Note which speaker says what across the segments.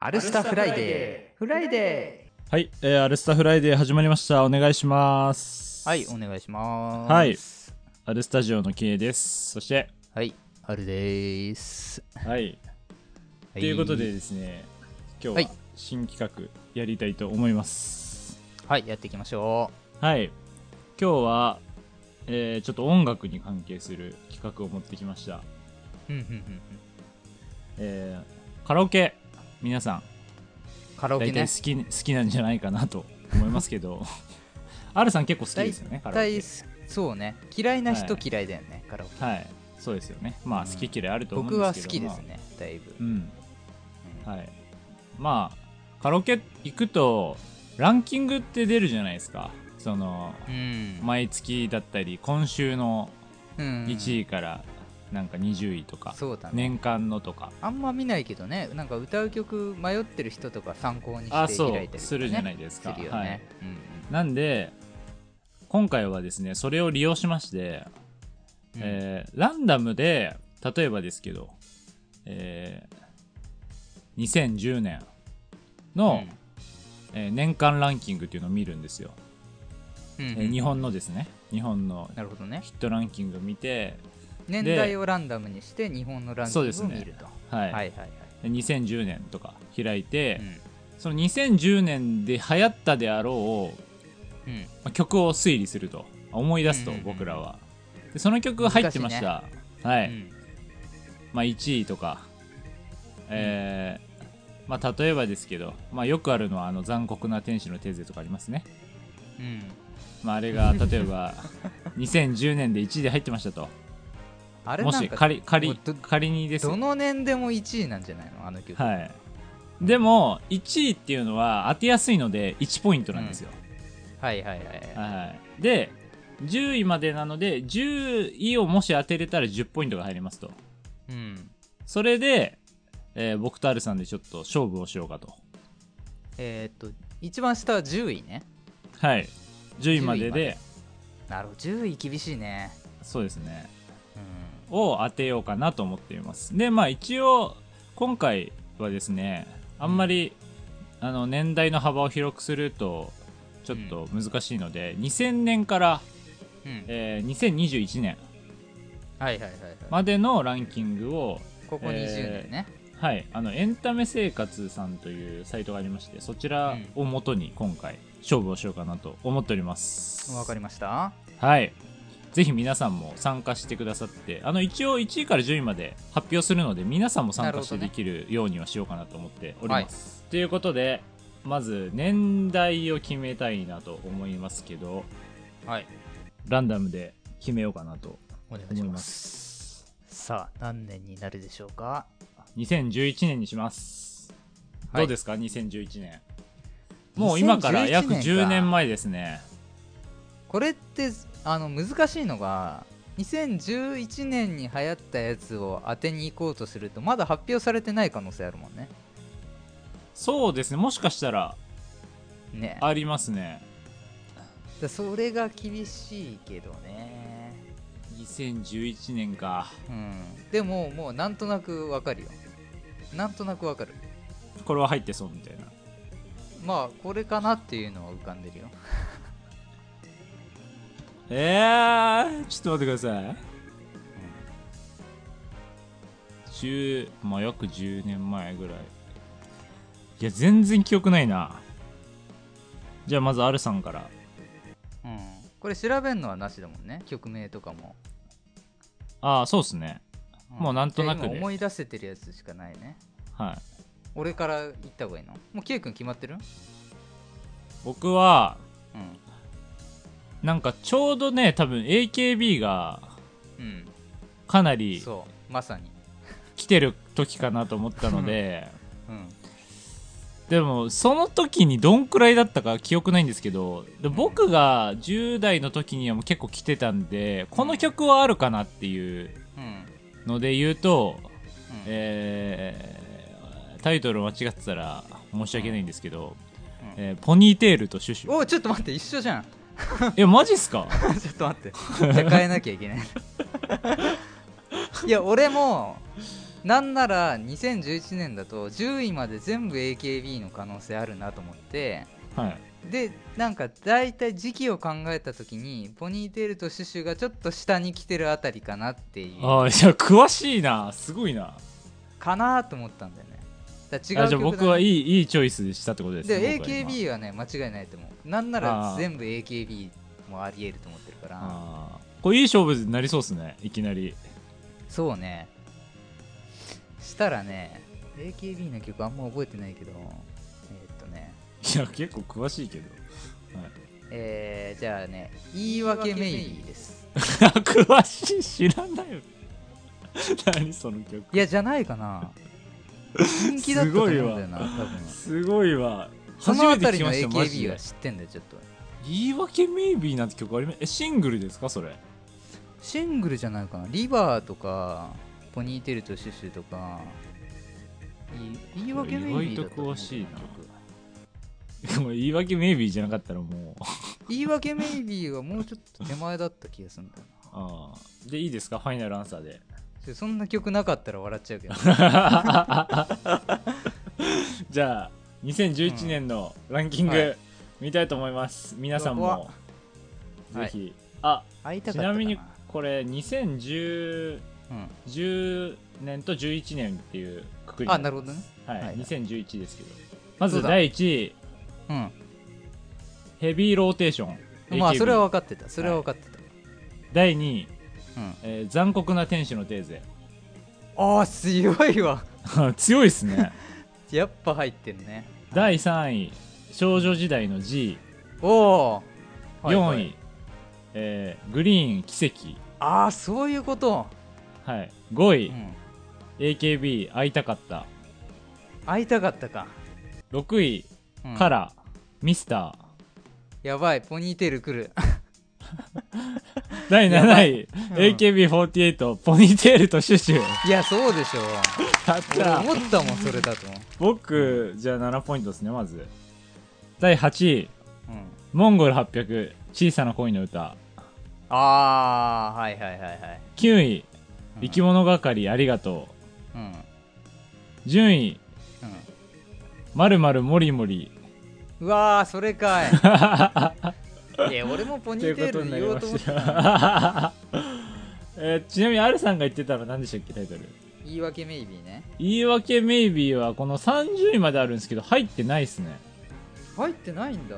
Speaker 1: アルスタフライデー。フライデ
Speaker 2: はい、えー、アルスタフライデー始まりました。お願いします。
Speaker 1: ー。はい、お願いします。
Speaker 2: はい。アルスタジオの K です。そして、
Speaker 1: はい、アルでーす。
Speaker 2: はい、
Speaker 1: と
Speaker 2: ということで。ですね、今日
Speaker 1: は
Speaker 2: はい新企画やりたいと思います。
Speaker 1: はい、やっていきましょ
Speaker 2: はい、今日は、えーちょっと音楽に関係する企画を持ってきました。
Speaker 1: う。うんうんうんうん。
Speaker 2: えーカラオケ、皆さん、
Speaker 1: カラオケ
Speaker 2: 大体
Speaker 1: ね。
Speaker 2: 好き好きなんじゃないかなと思いますけど、R さん結構好きですよね、カラオ
Speaker 1: 大
Speaker 2: ケ
Speaker 1: 好。きそうね。嫌いな人
Speaker 2: はい
Speaker 1: 嫌いだよね、カラオケ。
Speaker 2: はい、そうですよね。まあ、
Speaker 1: うん
Speaker 2: 好き嫌いあると思うんで
Speaker 1: 僕
Speaker 2: すけど、
Speaker 1: は好きで
Speaker 2: まあ
Speaker 1: すね、だいぶ
Speaker 2: う。ん
Speaker 1: うん
Speaker 2: はい、まあカラオケ行くとランキングって出るじゃないですかその
Speaker 1: うん。
Speaker 2: 毎月だったり今週の
Speaker 1: うん
Speaker 2: 1位からなんか20位とか、
Speaker 1: そうだね。
Speaker 2: 年間のとか
Speaker 1: あんま見ないけどね、なんか歌う曲迷ってる人とか参考にして開
Speaker 2: あ
Speaker 1: いたりとかね
Speaker 2: そうするじゃないですか
Speaker 1: するよ
Speaker 2: はい
Speaker 1: ね。うんうん
Speaker 2: なんで今回はですねそれを利用しまして、
Speaker 1: うん
Speaker 2: えーランダムで例えばですけど、えー2010年の、えー年間ランキングっていうのを見るんですよ、
Speaker 1: うんうん
Speaker 2: えー日本のですね日本の
Speaker 1: なるほどね。
Speaker 2: ヒットランキング見て、
Speaker 1: 年代をランダムにして日本のランキングを見ると、
Speaker 2: は
Speaker 1: はいいはいはい
Speaker 2: で2010年とか開いて、
Speaker 1: うん
Speaker 2: その2010年で流行ったであろう
Speaker 1: うん
Speaker 2: まあ曲を推理すると思い出すと、
Speaker 1: うんうんうん
Speaker 2: 僕らはでその曲が入ってました、はい、
Speaker 1: うん
Speaker 2: まあ、1位とか、えーまあ、例えばですけど、まあ、よくあるのはあの残酷な天使のテーゼとかありますね、
Speaker 1: うん
Speaker 2: まあ、あれ が例えば2010年で1位で入ってましたと
Speaker 1: あれ
Speaker 2: も
Speaker 1: なん
Speaker 2: し
Speaker 1: か
Speaker 2: 仮仮
Speaker 1: もうど
Speaker 2: 仮にですよ
Speaker 1: どの年でも1位なんじゃないのあの曲、
Speaker 2: はい。でも、1位っていうのは当てやすいので1ポイントなんですよ。
Speaker 1: はい、はいはいはい
Speaker 2: はい。で、10位までなので、10位をもし当てれたら10ポイントが入りますと。
Speaker 1: うん
Speaker 2: それで、えー僕とアルさんでちょっと勝負をしようかと。
Speaker 1: えーっと一番下は10位ね
Speaker 2: はい。10位ま
Speaker 1: 10位
Speaker 2: でで、
Speaker 1: までなるほど10位厳しいね
Speaker 2: そうですね。
Speaker 1: うん
Speaker 2: を当てようかなと思っています。で、まあ一応、今回はですね、あんまり、あの、年代の幅を広くすると、ちょっと難しいので、2000年から
Speaker 1: うん
Speaker 2: えー2021年
Speaker 1: はいはいはいはい、
Speaker 2: までのランキングを、
Speaker 1: ここ20年ね、
Speaker 2: はい、あのエンタメ生活さんというサイトがありましてそちらをもとに今回勝負をしようかなと思っております
Speaker 1: わかりました
Speaker 2: はいぜひ皆さんも参加してくださってあの一応1位から10位まで発表するので皆さんも参加して
Speaker 1: なる
Speaker 2: で
Speaker 1: ほ
Speaker 2: きるようにはしようかなと思っております、ということでまず年代を決めたいなと思いますけど
Speaker 1: はい
Speaker 2: ランダムで決めようかなと
Speaker 1: お願い
Speaker 2: 思
Speaker 1: し
Speaker 2: い
Speaker 1: ま
Speaker 2: ますす
Speaker 1: さあ何年になるでしょうか
Speaker 2: 2011年にします、
Speaker 1: はい
Speaker 2: どうですか2011年もう今から約10年前ですね
Speaker 1: これってあの難しいのが2011年に流行ったやつを当てに行こうとするとまだ発表されてない可能性あるもんね
Speaker 2: そうですねもしかしたら
Speaker 1: ね
Speaker 2: ありますね
Speaker 1: だそれが厳しいけどね
Speaker 2: 2011年か
Speaker 1: うんでももうなんとなくわかるよなんとなくわかる
Speaker 2: これは入ってそうみたいな
Speaker 1: まあこれかなっていうのは浮かんでるよ
Speaker 2: えー、ちょっと待ってください10まあ約10年前ぐらいいや全然記憶ないなじゃあまずアルさんから
Speaker 1: うんこれ調べるのはなしだもんね曲名とかも、
Speaker 2: ああそうですねもうなんとな
Speaker 1: じ
Speaker 2: くで
Speaker 1: ゃあ今思い出せてるやつしかないね
Speaker 2: はい
Speaker 1: 俺から言った方がいいのもう K 君決まってる
Speaker 2: 僕は
Speaker 1: うん
Speaker 2: なんかちょうどね多分 AKB が
Speaker 1: うん
Speaker 2: かなり
Speaker 1: そうまさに
Speaker 2: 来てる時かなと思ったの で
Speaker 1: うん
Speaker 2: でもその時にどんくらいだったか記憶ないんですけどで僕が10代の時にはもう結構来てたんでこの曲はあるかなっていう
Speaker 1: うん
Speaker 2: ので言うと、
Speaker 1: うん
Speaker 2: えータイトル間違ってたら申し訳ないんですけど
Speaker 1: うん
Speaker 2: 「えーポニーテールとシュシュ」
Speaker 1: おいちょっと待って一緒じゃん
Speaker 2: えマジっすか
Speaker 1: ちょっと 待ってじゃあ変えなきゃいけないいや俺もなんなら2011年だと10位まで全部 AKB の可能性あるなと思って
Speaker 2: はい
Speaker 1: でなんか大体時期を考えた時にポニーテールとシュシュがちょっと下に来てるあたりかなっていう
Speaker 2: ああじゃあ詳しいなすごいな
Speaker 1: かなと思ったんだよねだから違
Speaker 2: あ
Speaker 1: う曲だね
Speaker 2: じゃあ僕はいいいいチョイスしたってことですね
Speaker 1: で
Speaker 2: 僕は今
Speaker 1: AKB はね間違いないと思うなんな
Speaker 2: あ
Speaker 1: ら
Speaker 2: ー
Speaker 1: 全部 AKB もありえると思ってるから
Speaker 2: あーこれいい勝負になりそうですねいきなり
Speaker 1: そうねしたらね AKB の曲あんま覚えてないけどえーっとね
Speaker 2: いや結構詳しいけど、はい
Speaker 1: えー、じゃあね言い訳メイビーです
Speaker 2: 詳しい知らないよ 何その曲
Speaker 1: いやじゃないかな人気だったと思うんだよな多分
Speaker 2: すごいわ
Speaker 1: そ
Speaker 2: 初
Speaker 1: の
Speaker 2: め
Speaker 1: あ
Speaker 2: て
Speaker 1: た
Speaker 2: 聞
Speaker 1: り
Speaker 2: き
Speaker 1: の
Speaker 2: ましたマジ
Speaker 1: AKB は
Speaker 2: で
Speaker 1: 知ってんだよちょっと
Speaker 2: 言い訳メイビーなんて曲ありまえシングルですかそれ
Speaker 1: シングルじゃないかなリバーとかポニーテールとシュシュとかい言い訳メイビーだったと思う
Speaker 2: 意外と詳しいな
Speaker 1: この曲
Speaker 2: もう言い訳メイビーじゃなかったらもう
Speaker 1: 言い訳メイビーはもうちょっと手前だった気がするんだよな
Speaker 2: あーでいいですかファイナルアンサーで
Speaker 1: ちょそんな曲なかったら笑っちゃうけど
Speaker 2: じゃあ2011年のランキング、
Speaker 1: はい
Speaker 2: 見たいと思います皆さんも
Speaker 1: うわ
Speaker 2: ぜひ、あ
Speaker 1: 会いた
Speaker 2: ち
Speaker 1: かったか
Speaker 2: な
Speaker 1: な
Speaker 2: みにこれ2010
Speaker 1: うん、
Speaker 2: 10年と11年っていうくくり
Speaker 1: あなるほどね
Speaker 2: はい、
Speaker 1: はい
Speaker 2: 2011ですけどま
Speaker 1: そ
Speaker 2: ず
Speaker 1: うだ
Speaker 2: 第1位
Speaker 1: う
Speaker 2: ヘビーローテーション、
Speaker 1: ん、まあ
Speaker 2: AKB
Speaker 1: それは分かってたそれは分かってた、
Speaker 2: 第2位、
Speaker 1: うん
Speaker 2: えー残酷な天使のテーゼ
Speaker 1: ああ強いわ
Speaker 2: 強いですね
Speaker 1: やっぱ入ってるね
Speaker 2: 第3位少女時代の G4
Speaker 1: おお、は
Speaker 2: 位、
Speaker 1: いはい
Speaker 2: えーグリーン奇跡、
Speaker 1: ああそういうこと、
Speaker 2: はい、5
Speaker 1: う
Speaker 2: 位、
Speaker 1: ん、
Speaker 2: AKB 会いたかった
Speaker 1: 会いたかったか、
Speaker 2: 6位、
Speaker 1: うん
Speaker 2: カラーミスタ
Speaker 1: やばいポニーテール来る
Speaker 2: ー第7
Speaker 1: やば
Speaker 2: 位、
Speaker 1: うん
Speaker 2: AKB48 ポニーテールとシュシュや
Speaker 1: いやそうでしょう
Speaker 2: った
Speaker 1: 俺思ったもんそれだと思う、
Speaker 2: 僕じゃあ7ポイントですねまず第8位
Speaker 1: うん、
Speaker 2: モンゴル800小さな恋の歌
Speaker 1: ああはいはいはいはい、
Speaker 2: 9位
Speaker 1: うん
Speaker 2: 生き物係ありがと
Speaker 1: うんうん
Speaker 2: う10位まるまるもりもり
Speaker 1: うわーそれかい いや俺もポニ
Speaker 2: という
Speaker 1: ー
Speaker 2: こ
Speaker 1: テー
Speaker 2: と
Speaker 1: ルに
Speaker 2: になり
Speaker 1: 言おう
Speaker 2: ま
Speaker 1: と思っ
Speaker 2: してた えーちなみに R さんが言ってたら何でしたっけタイトル
Speaker 1: 言い訳メイビーね
Speaker 2: 言い訳メイビーはこの30位まであるんですけど入ってないですね
Speaker 1: 入ってないんだ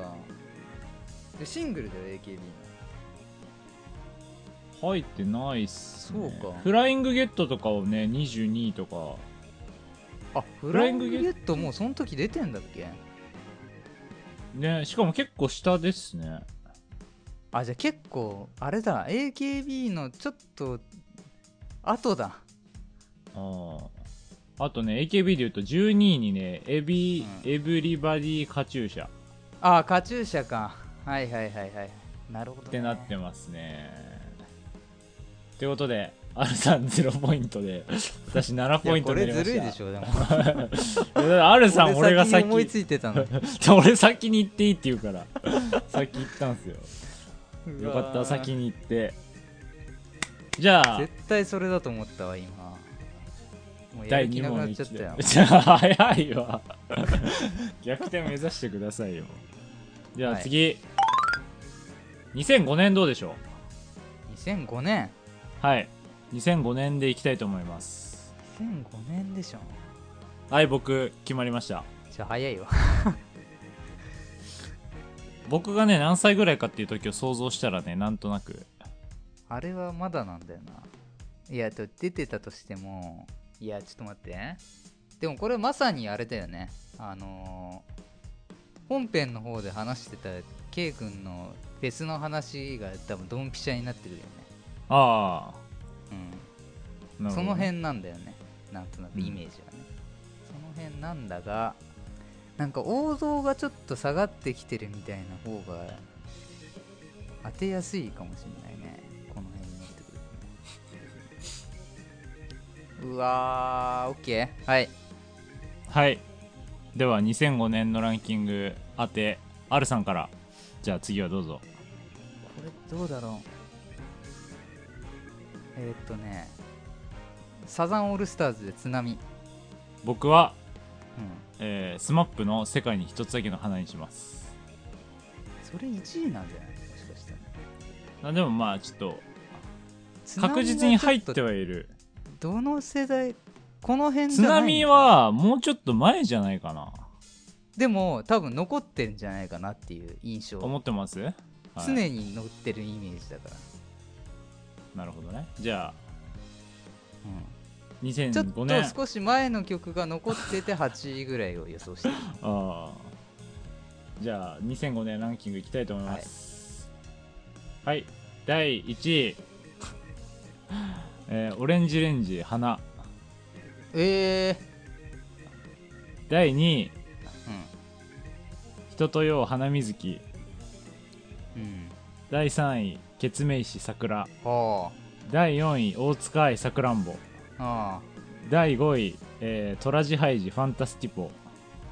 Speaker 1: でシングルだよ AKB の
Speaker 2: 入ってないっす、ね、
Speaker 1: そうか
Speaker 2: フライングゲットとかをね22位とか
Speaker 1: あフ
Speaker 2: ラ
Speaker 1: ラ
Speaker 2: イ
Speaker 1: イ
Speaker 2: ン
Speaker 1: ン
Speaker 2: グ
Speaker 1: グ
Speaker 2: ゲ
Speaker 1: ゲ
Speaker 2: ッ
Speaker 1: ットもうその時出てんだっけ
Speaker 2: ねしかも結構下ですね
Speaker 1: あじゃあ結構あれだ AKB のちょっと後だ
Speaker 2: あああとね AKB で言うと12位にねエビ、
Speaker 1: うん
Speaker 2: エブリバディカチューシャっ
Speaker 1: あカチューシャかはいはいはいはいなるほど、ね、
Speaker 2: てなってますねということで R さん0ポイントで私7
Speaker 1: い
Speaker 2: ポイ
Speaker 1: や
Speaker 2: ント
Speaker 1: こ
Speaker 2: にな
Speaker 1: れ
Speaker 2: りま
Speaker 1: ず
Speaker 2: した
Speaker 1: るいでしょでも
Speaker 2: いやだから R さん俺が
Speaker 1: 先に
Speaker 2: 先
Speaker 1: 思いついてたのよ
Speaker 2: 俺先に行っていいって言うから先行ったんすよ よかった先に行ってじゃあ
Speaker 1: 絶対それだと思ったわ今もうや
Speaker 2: 第
Speaker 1: る気
Speaker 2: 2
Speaker 1: なくな
Speaker 2: 問
Speaker 1: っ
Speaker 2: に
Speaker 1: ちゃ
Speaker 2: 来
Speaker 1: ってたよ
Speaker 2: 早いわ逆転目指してくださいよじゃあ
Speaker 1: はい
Speaker 2: 次、2005年どうでしょう
Speaker 1: 2005年
Speaker 2: はい2005年でいきたいと思います
Speaker 1: 2005年でしょ
Speaker 2: はい僕決まりました
Speaker 1: じゃあ早いわ
Speaker 2: 僕がね何歳ぐらいかっていう時を想像したらねなんとなく
Speaker 1: あれはまだなんだよないやと出てたとしてもいやちょっと待ってでもこれまさにあれだよねあのー本編の方で話してた K 君のフェスの話が多分ドンピシャになってくるよね
Speaker 2: ああ
Speaker 1: うん、
Speaker 2: なるほど
Speaker 1: そ
Speaker 2: ね
Speaker 1: の辺なんだよねなんとなくイメージはね、その辺なんだがなんか王道がちょっと下がってきてるみたいな方が当てやすいかもしれないねこの辺になってくるとねうわー OK はい
Speaker 2: はいでは2005年のランキング当て R さんからじゃあ次はどうぞ
Speaker 1: これどうだろうえーっとねサザンオールスターズで津波、
Speaker 2: 僕は、
Speaker 1: う
Speaker 2: えー、スマップの世界に一つだけの花にします
Speaker 1: ん、それ1位なんじゃないもしかしたら
Speaker 2: あでもまあちょっと
Speaker 1: 津波は
Speaker 2: 確実に入っ
Speaker 1: ちょと
Speaker 2: てはいる
Speaker 1: どの世代この辺じ
Speaker 2: 津
Speaker 1: ゃない
Speaker 2: 波はもうちょっと前じゃないかな
Speaker 1: でも多分残ってるんじゃないかなっていう印象
Speaker 2: 思ってます、はい
Speaker 1: 常に乗ってるイメージだから、
Speaker 2: なるほどねじゃあ
Speaker 1: うんちょっ
Speaker 2: 2005
Speaker 1: と
Speaker 2: 年
Speaker 1: 少し前の曲が残ってて8位ぐらいを予想してる
Speaker 2: あーじゃあ2005年ランキングいきたいと思いますはい、第1位、 えーオレンジレンジ花
Speaker 1: ええ
Speaker 2: 第2位
Speaker 1: う
Speaker 2: 人とよう花水木
Speaker 1: んうん
Speaker 2: 第3位ケツメイシ桜
Speaker 1: は
Speaker 2: 第4位大塚愛さくらんぼ
Speaker 1: ああ
Speaker 2: 第5位、えートラジハイジファンタスティポ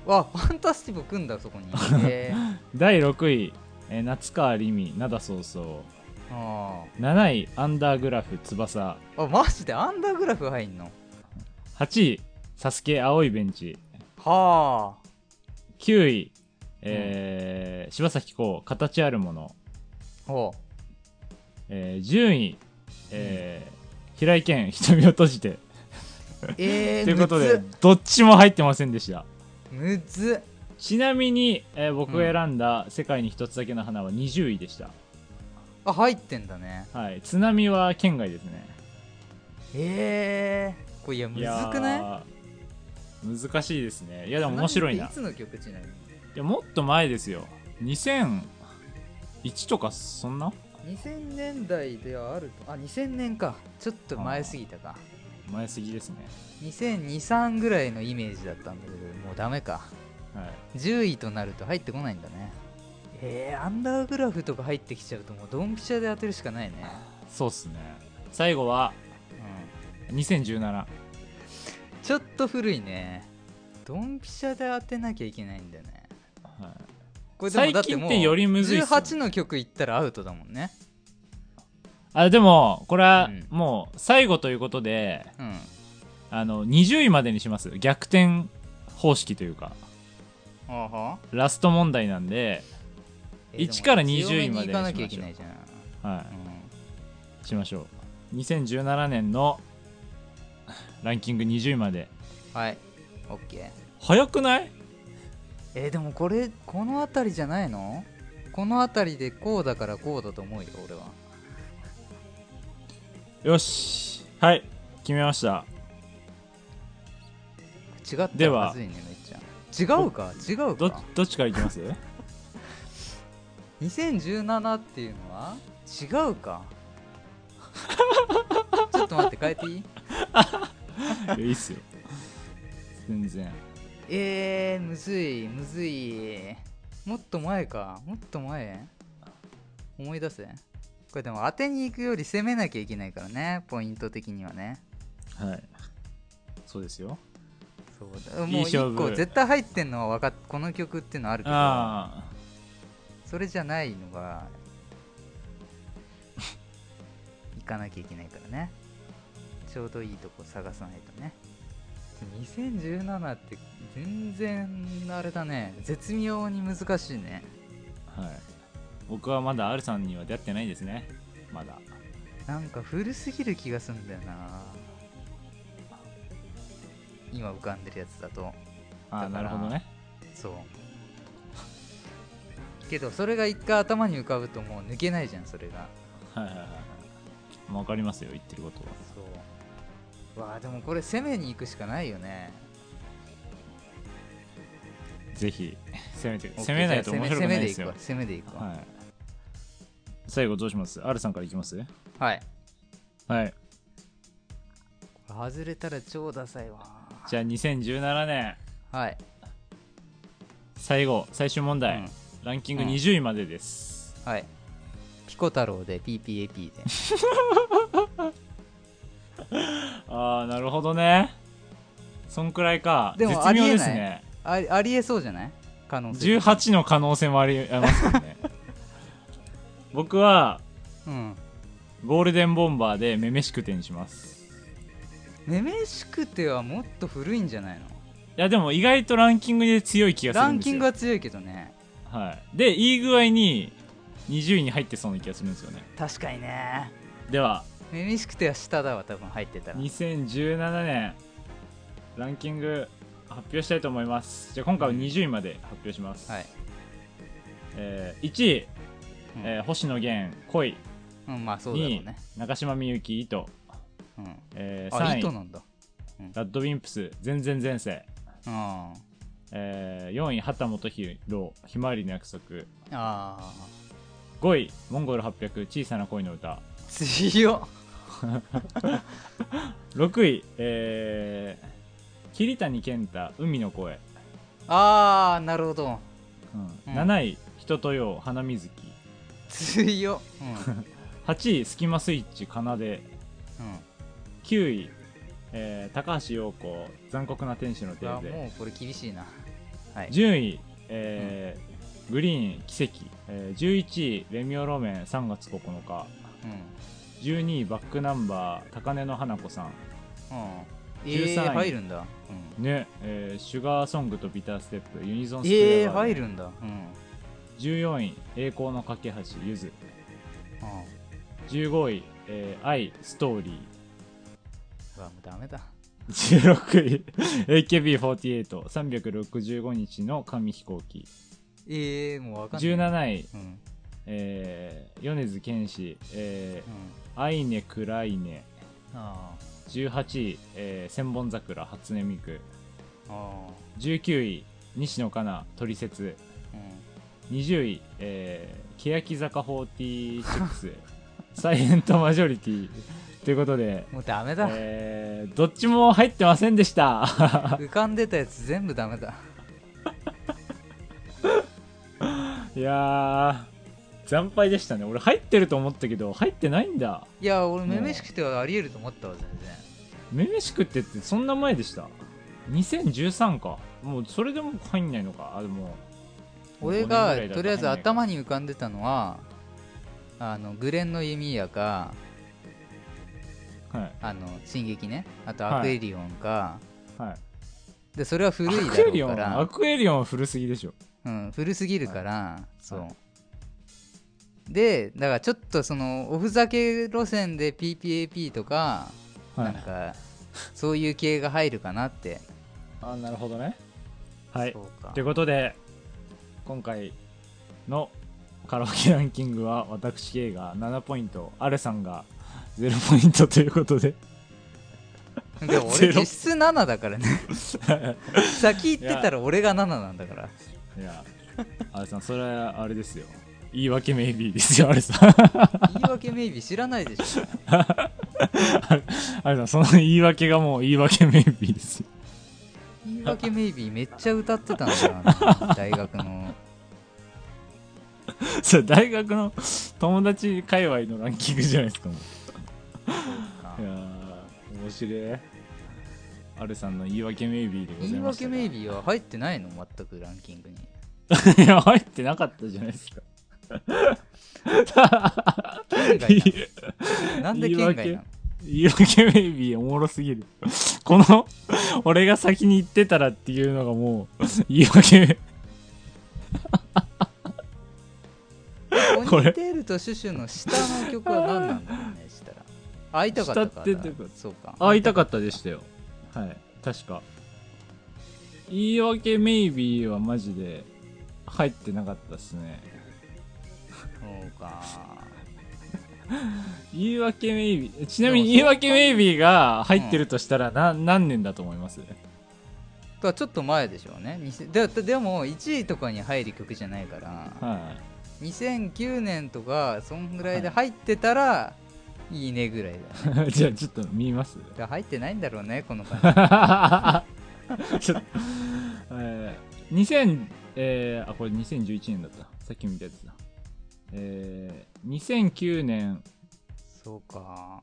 Speaker 1: あわファンタスティブ組んだそ こにええ
Speaker 2: 第6位、えー夏川りみ灘そうそ
Speaker 1: あ
Speaker 2: う7位アンダーグラフ翼
Speaker 1: ああマジでアンダーグラフ入んの
Speaker 2: 8位サスケ青いベンチ
Speaker 1: はあ
Speaker 2: 9位、えー柴咲コウ形あるもの、
Speaker 1: ほ
Speaker 2: えー10位、えー平井堅瞳を閉じて
Speaker 1: うええ
Speaker 2: ということで
Speaker 1: むずっ
Speaker 2: どっちも入ってませんでした
Speaker 1: むずっ
Speaker 2: ちなみに、えー僕が選んだ「世界に一つだけの花」は20位でした、
Speaker 1: あ入ってんだね
Speaker 2: はい津波は県外ですね
Speaker 1: ええこれいやむずくない
Speaker 2: やー難しいですねいやでも面白いな
Speaker 1: 花火っていつの曲ちなみに
Speaker 2: いやもっと前ですよ2001とかそんな
Speaker 1: 2000年代ではあるとあ2000年かちょっと前すぎたか
Speaker 2: 前すぎですね
Speaker 1: 2023ぐらいのイメージだったんだけどもうダメか
Speaker 2: はい
Speaker 1: 10位となると入ってこないんだねえー、アンダーグラフとか入ってきちゃうともうドンピシャで当てるしかないね、
Speaker 2: そうっすね最後は
Speaker 1: う
Speaker 2: 2017
Speaker 1: ん、ちょっと古いねドンピシャで当てなきゃいけないんだよね
Speaker 2: は
Speaker 1: これでも
Speaker 2: 最
Speaker 1: だって
Speaker 2: 近
Speaker 1: も
Speaker 2: っ
Speaker 1: う
Speaker 2: てよりむずいっすよね
Speaker 1: 18の曲いったらアウトだもんね
Speaker 2: あでもこれは
Speaker 1: うん
Speaker 2: もう最後ということで、
Speaker 1: うん
Speaker 2: あの20位までにします逆転方式というか
Speaker 1: あは
Speaker 2: ラスト問題なんで、1から20位ま
Speaker 1: 行
Speaker 2: でにしましょう
Speaker 1: かなきゃいけないじゃん、う
Speaker 2: は
Speaker 1: ん
Speaker 2: い、しましょう2017年のランキング20位まで
Speaker 1: はいオッケー
Speaker 2: 早くない
Speaker 1: えーでもこれこの辺りじゃないのこの辺りでこうだからこうだと思うよ俺は
Speaker 2: よしはい決めました
Speaker 1: 違った
Speaker 2: で
Speaker 1: ら
Speaker 2: は
Speaker 1: まずいねめっちゃ違うか違う
Speaker 2: ど
Speaker 1: か
Speaker 2: どっちからいき ます
Speaker 1: 2017っていうのは違うか ちょっと待って変えていい
Speaker 2: いやいいっすよ全然
Speaker 1: えー、むずいむずいもっと前かもっと前思い出せこれでも当てに行くより攻めなきゃいけないからねポイント的にはね
Speaker 2: はいそうですよ
Speaker 1: そうだもう
Speaker 2: 勝
Speaker 1: 1
Speaker 2: 負
Speaker 1: 個絶対入ってんのは分かっこの曲っていうのはあるけど
Speaker 2: あ
Speaker 1: それじゃないのが 行かなきゃいけないからねちょうどいいとこ探さないとね2017って全然あれだね絶妙に難しいね
Speaker 2: あはい僕はまだ R さんには出会ってないですねまだ
Speaker 1: なんか古すぎる気がすんだよな今浮かんでるやつだと
Speaker 2: あ
Speaker 1: だ
Speaker 2: ー
Speaker 1: か
Speaker 2: な
Speaker 1: ら
Speaker 2: るほどね
Speaker 1: そうけどそれが一回頭に浮かぶともう抜けないじゃんそれが
Speaker 2: はいはいはいまあわかりますよ言ってることは
Speaker 1: そうわあでもこれ攻めに行くしかないよね
Speaker 2: ぜひ攻めて攻めないと面白くないですよ
Speaker 1: 攻め攻めでいくわ攻めでいくわ
Speaker 2: はい最後どうします ?R さんからいきます
Speaker 1: はい、
Speaker 2: はい
Speaker 1: これ外れたら超ダサいわ
Speaker 2: じゃあ2017年
Speaker 1: はい、
Speaker 2: 最後最終問題、
Speaker 1: うん
Speaker 2: ランキング
Speaker 1: うん
Speaker 2: 20位までです、
Speaker 1: はい、ピコ太郎で PPAP で
Speaker 2: ああなるほどねそんくらいか
Speaker 1: でもありえない
Speaker 2: 絶妙で
Speaker 1: ありありえそうじゃない可能
Speaker 2: す
Speaker 1: 性
Speaker 2: ね18の可能性もありありますよね 僕は
Speaker 1: うん
Speaker 2: ゴールデンボンバーでめめしくてにします
Speaker 1: めめしくてはもっと古いんじゃないの
Speaker 2: いやでも意外とランキングで強い気がす
Speaker 1: ラ
Speaker 2: るん
Speaker 1: ン
Speaker 2: です
Speaker 1: キ
Speaker 2: よ
Speaker 1: ングは強いけどね
Speaker 2: はい、でいい具合に20位に入ってそうな気がするんですよね
Speaker 1: 確かにね
Speaker 2: では
Speaker 1: めめしくては下だわ多分入ってたら
Speaker 2: 2017年ランキング発表したいと思いますじゃあ今回は20位まで発表します、
Speaker 1: はい、
Speaker 2: えー1位、
Speaker 1: うん
Speaker 2: えー星野源恋
Speaker 1: うん、まあそうだろう
Speaker 2: 2位、
Speaker 1: ね、
Speaker 2: 中島みゆき糸、
Speaker 1: うん、
Speaker 2: えー
Speaker 1: あ糸
Speaker 2: 3位
Speaker 1: なんだ
Speaker 2: ラッドウィンプス全然前世、
Speaker 1: うんあ
Speaker 2: えー4位畑元博ひまわりの約束
Speaker 1: あ
Speaker 2: 5位モンゴル800小さな恋の歌
Speaker 1: ー強っ
Speaker 2: 6位、えー、桐谷健太海の声、
Speaker 1: ああなるほど
Speaker 2: うん
Speaker 1: うん
Speaker 2: 7位人とよう花水木
Speaker 1: 強っ うん、
Speaker 2: 8位スキマスイッチ奏で
Speaker 1: うん
Speaker 2: 9位、えー高橋陽子残酷な天使の
Speaker 1: う
Speaker 2: テ
Speaker 1: わ
Speaker 2: ーゼ
Speaker 1: もうこれ厳しいなはい
Speaker 2: 10位、えーグリーン奇跡、えー11位レミオロメン3月9日
Speaker 1: うん
Speaker 2: 12位バックナンバー高根の花子さん
Speaker 1: うんえ
Speaker 2: 13位
Speaker 1: ー、入るんだ、うん、
Speaker 2: ね、えーシュガーソングとビターステップユニゾンスク
Speaker 1: え
Speaker 2: エ
Speaker 1: ー、
Speaker 2: ア、
Speaker 1: 入るんだうん
Speaker 2: 14位栄光の架け橋ゆず
Speaker 1: うん
Speaker 2: 15位、えー、愛ストーリー
Speaker 1: うわもうダメだ
Speaker 2: 16位 AKB48365 日の紙飛行機
Speaker 1: えー、もうわかんない
Speaker 2: 17位、
Speaker 1: うん
Speaker 2: えー、米津玄師、え
Speaker 1: うん
Speaker 2: ー、アイネクライネ
Speaker 1: あー
Speaker 2: 18位、えー、千本桜初音ミク
Speaker 1: あ
Speaker 2: 19位西野カナトリセツ
Speaker 1: ー
Speaker 2: 20位、えー、欅坂46 サイレントマジョリティということで
Speaker 1: うん、もうダメだ、
Speaker 2: えーどっちも入ってませんでした。
Speaker 1: 浮かんでたやつ全部ダメだ
Speaker 2: いやー、惨敗でしたね。俺入ってると思ったけど、入ってないんだ。
Speaker 1: いや俺
Speaker 2: もう
Speaker 1: めめしくてはありえると思ったわ全然
Speaker 2: めめしくってってそんな前でした。2013か。もうそれでも入んないのか。あ、でも、
Speaker 1: 俺が
Speaker 2: 五年ぐらいだと
Speaker 1: とりあえず
Speaker 2: 入んないか
Speaker 1: 頭に浮かんでたのはあのグレンの弓矢か
Speaker 2: はい。
Speaker 1: あの進撃ねあと
Speaker 2: はい
Speaker 1: アクエリオンか、
Speaker 2: はい、
Speaker 1: でそれは古い
Speaker 2: ア
Speaker 1: だ
Speaker 2: クエリ
Speaker 1: ろ
Speaker 2: オ
Speaker 1: うか
Speaker 2: ン、ア
Speaker 1: ら、
Speaker 2: クエリオンは古すぎでしょ。
Speaker 1: うん、古すぎるから、そう、
Speaker 2: はい
Speaker 1: でだからちょっとそのおふざけ路線で PPAP とか、
Speaker 2: は
Speaker 1: なん
Speaker 2: い。
Speaker 1: かそういう系が入るかなって
Speaker 2: あ、なるほどね。はい
Speaker 1: そ。うか
Speaker 2: ということで、今回のカラオケランキングは私 K が7ポイント、アレさんが0ポイントということで。
Speaker 1: でも
Speaker 2: ゼ
Speaker 1: 俺
Speaker 2: ロ
Speaker 1: 実質7だ からね先言ってたら俺が7なんだ から
Speaker 2: いや、あれさん、それはあれですよ。言い訳メイビーですよ、あれさん。
Speaker 1: 言い訳メイビー知らないでしょ
Speaker 2: あれさん、その言い訳がもう言い訳メイビーですよ。
Speaker 1: 言い 訳メイビーめっちゃ歌ってたんだよな大学の
Speaker 2: それ大学の友達界隈のランキングじゃないですか、もう。いやー、面白い。あれさんの 言い訳メイビーでござ
Speaker 1: 言
Speaker 2: い
Speaker 1: い
Speaker 2: まし
Speaker 1: 訳
Speaker 2: たが。
Speaker 1: メイビーは入ってないの全くランキング に
Speaker 2: いや、入ってなかったじゃないですか。
Speaker 1: 県外なのなんで県外なの
Speaker 2: 言い訳メイビーおもろすぎる。この、俺が先に行ってたらっていうのがもう、言い訳、
Speaker 1: ポニ
Speaker 2: これ
Speaker 1: ーテールとシュシュの下の曲は何なんだろうねしたら会いたかったから
Speaker 2: 下ってどういうこと
Speaker 1: そうか
Speaker 2: 会いたかったでしたよ。はい、確か。言い訳メイビーはマジで、入ってなかったっすね。
Speaker 1: そうか
Speaker 2: 言い訳メイビー、ちなみに言い訳メイビーが入ってるとしたら、な何年だと思います
Speaker 1: だからちょっと前でしょうね2000だってでも1位とかに入る曲じゃないから
Speaker 2: はい。
Speaker 1: 2009年とかそんぐらいで入ってたらいいねぐらいだよね
Speaker 2: じゃあちょっと見ます
Speaker 1: だから入ってないんだろうねこの感
Speaker 2: ちょっと、えー、2000、えーあ、これ2011年だった。さっき見たやつだ。えー、2009年
Speaker 1: じ そうか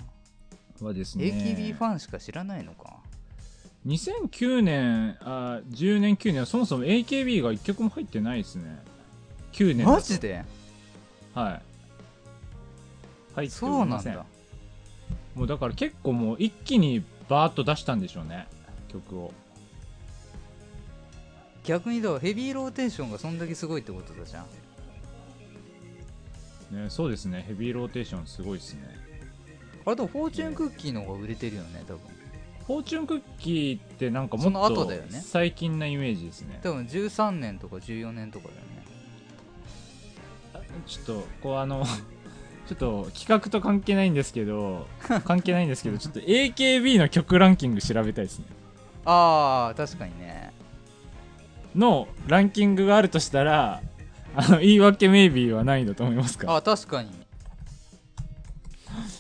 Speaker 2: はですね、
Speaker 1: AKB ファンしか知らないのか
Speaker 2: 2009年、あー10年、9年はそもそも AKB が1曲も入ってないですね。9年だと。
Speaker 1: マジで
Speaker 2: はい。入ってお
Speaker 1: そう
Speaker 2: り
Speaker 1: な
Speaker 2: ま
Speaker 1: ん
Speaker 2: せん。
Speaker 1: だ
Speaker 2: もうだから結構もう一気にバーッと出したんでしょうね曲を
Speaker 1: 逆にだからヘビーローテーションがそんだけすごいってことだじゃん
Speaker 2: ねそうですねヘビーローテーションすごいですね
Speaker 1: あれでもフォーチュンクッキーの方が売れてるよね多分
Speaker 2: フォーチュンクッキーってなんか
Speaker 1: そ
Speaker 2: も
Speaker 1: の
Speaker 2: っ
Speaker 1: 後
Speaker 2: と
Speaker 1: だよね
Speaker 2: 最近なイメージですね
Speaker 1: 多分13年とか14年とかだよね
Speaker 2: ちょっとこうあの ちょっと企画と関係ないんですけ ど関係ないんですけどちょっと AKB の曲ランキング調べたいですね
Speaker 1: ああ確かにね
Speaker 2: のランキングがあるとしたらあの言い訳メイビーは何位だと思いますか
Speaker 1: あ確かに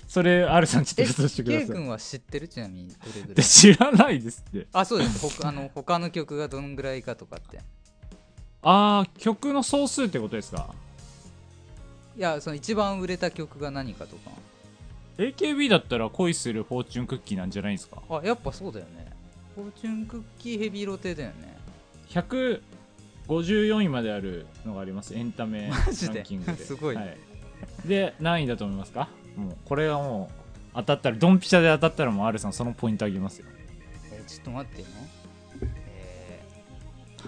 Speaker 2: それ R さんちょっと
Speaker 1: え
Speaker 2: 予想してくだ
Speaker 1: K
Speaker 2: さい
Speaker 1: 君は知ってるちなみにどれぐ
Speaker 2: で
Speaker 1: らい
Speaker 2: 知らないですって
Speaker 1: あそうですほか あの他の曲がどのぐらいかとかって
Speaker 2: ああ曲の総数ってことですか
Speaker 1: いやその一番売れた曲が何かとか
Speaker 2: AKB だったら恋するフォーチュンクッキーなんじゃないですか
Speaker 1: あやっぱそうだよねフォーチュンクッキーヘビーロテだよね
Speaker 2: 154位まであるのがありますエンタメラ
Speaker 1: マジで
Speaker 2: ンキングで
Speaker 1: すごい
Speaker 2: はい、で何位だと思いますかもうこれはもう当たったらドンピシャで当たったらもう R さんそのポイントあげますよ
Speaker 1: えーちょっと待ってよえ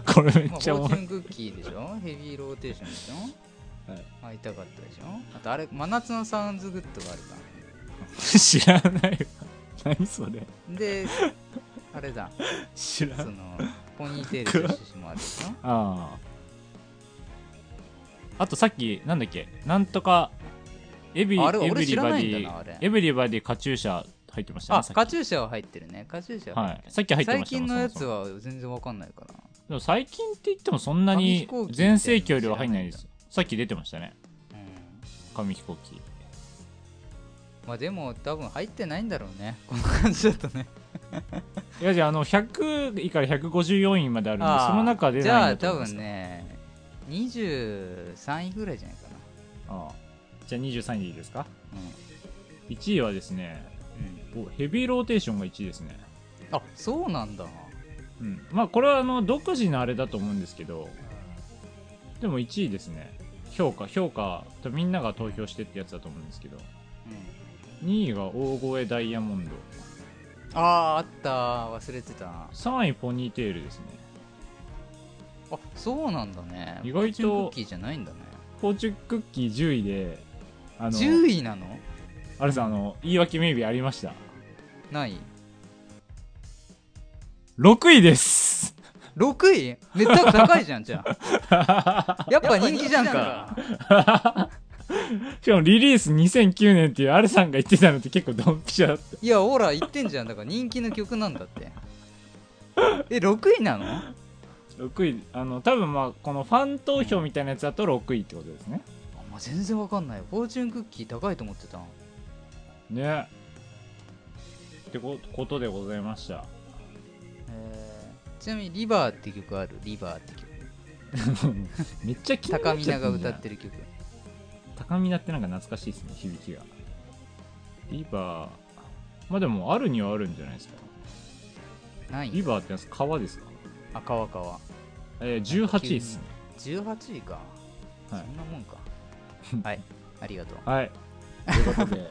Speaker 2: これめ
Speaker 1: ーま
Speaker 2: っ
Speaker 1: あ、
Speaker 2: ち
Speaker 1: フ
Speaker 2: ゃ
Speaker 1: ォーチュ
Speaker 2: 面白い、
Speaker 1: ンクッキーでしょヘビーローテーションでしょ、
Speaker 2: はい
Speaker 1: 会いたかったでしょあとあれ真夏のサウンズグッドがあるか
Speaker 2: 知らないわ何それ
Speaker 1: ら であれだ
Speaker 2: 知ら
Speaker 1: そ
Speaker 2: ん
Speaker 1: のポニーテールとシシもあるでしょ
Speaker 2: あああとさっきなんだっけなんとかエビ
Speaker 1: あれ
Speaker 2: エ
Speaker 1: 俺
Speaker 2: ブ
Speaker 1: 知
Speaker 2: リ
Speaker 1: ら
Speaker 2: バデ
Speaker 1: ないんだなあれ
Speaker 2: ィエブリバディカチューシャ入ってましたね
Speaker 1: あ
Speaker 2: さっき
Speaker 1: カチューシャは入ってるねカチューシャは入
Speaker 2: は
Speaker 1: って
Speaker 2: い、
Speaker 1: る
Speaker 2: さっき入って
Speaker 1: 最
Speaker 2: ました
Speaker 1: 近のやつ
Speaker 2: もん
Speaker 1: は全然わかんないから
Speaker 2: そもそもでも最近って言ってもそんな
Speaker 1: 紙飛
Speaker 2: に
Speaker 1: 行機
Speaker 2: 全盛期よりは入んないですさっき出てましたね
Speaker 1: うん
Speaker 2: 紙飛行機
Speaker 1: まあでも多分入ってないんだろうねこの感じだとね
Speaker 2: いやじゃああの100位から154位まであるんでその中で
Speaker 1: じゃ
Speaker 2: な
Speaker 1: あ
Speaker 2: いんだと
Speaker 1: 多
Speaker 2: 思います
Speaker 1: 分ね23位ぐらいじゃないかな
Speaker 2: ああじゃあ23位でいいですか
Speaker 1: う
Speaker 2: 1位はですね
Speaker 1: ん、うん、
Speaker 2: おヘビーローテーションが1位ですね
Speaker 1: あそうなんだ
Speaker 2: うんまあこれはあの独自のあれだと思うんですけどでも1位ですね評価評価とみんなが投票してってやつだと思うんですけど
Speaker 1: うん
Speaker 2: 2位が大声ダイヤモンド
Speaker 1: あああった忘れてたあ
Speaker 2: 3位ポニーテールですね
Speaker 1: そうなんだね
Speaker 2: 意外と
Speaker 1: フォーチュンクッキーじゃないんだね
Speaker 2: フォーチュンクッキー10位であの
Speaker 1: 10位なの
Speaker 2: あれさんあの言い訳メイビーありました
Speaker 1: ない
Speaker 2: 6位です
Speaker 1: 6位めっちゃ高いじゃんじゃあ やっぱ人気じゃんか
Speaker 2: しかもリリース2009年っていうアルさんが言ってたのって結構ドンピシャだった
Speaker 1: いやほら言ってんじゃんだから人気の曲なんだってえ6位なの
Speaker 2: 6位あの多分まあこのファン投票みたいなやつだと6位ってことですね
Speaker 1: あ、まあ、全然わかんないフォーチュンクッキー高いと思ってた
Speaker 2: ねってこことでございました
Speaker 1: えーちなみに「リバー」って曲ある「リバー」って曲
Speaker 2: めっちゃ気になっちゃ
Speaker 1: 高
Speaker 2: っ
Speaker 1: 見菜が
Speaker 2: たん
Speaker 1: 歌
Speaker 2: だよ
Speaker 1: ってる曲
Speaker 2: 高見菜ってなんか懐かしいですね響きがリバーまあでもあるにはあるんじゃないですか
Speaker 1: 何
Speaker 2: リ
Speaker 1: 位
Speaker 2: バーってやつ川ですか
Speaker 1: あ川川
Speaker 2: えー、18位ですね
Speaker 1: 18位か、
Speaker 2: はい
Speaker 1: そんなもんかはいありがとう
Speaker 2: はいということ で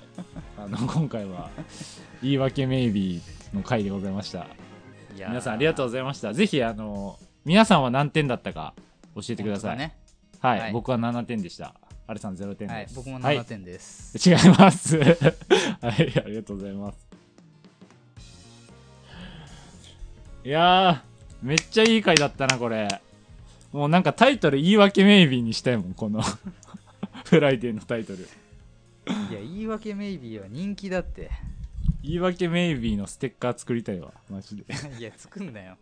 Speaker 2: あの今回は「言い訳メイビー」の回でございました
Speaker 1: いやー
Speaker 2: 皆さんありがとうございましたぜひあの皆さんは何点だったか教えてくださ
Speaker 1: 本
Speaker 2: い、
Speaker 1: 当ね
Speaker 2: はい、
Speaker 1: はい
Speaker 2: 僕は7点でしたアルさん0点です、
Speaker 1: はい、僕も
Speaker 2: はい
Speaker 1: 7点です、
Speaker 2: 違います。 はい、ありがとうございます。いやー、めっちゃいい回だったな、これ。もうなんかタイトル言い訳メイビーにしたいもん、この。 フライデーのタイトル。
Speaker 1: い、や言い訳メイビーは人気だって
Speaker 2: 言い訳メイビーのステッカー作りたいわ、マジで。
Speaker 1: いや作んなよ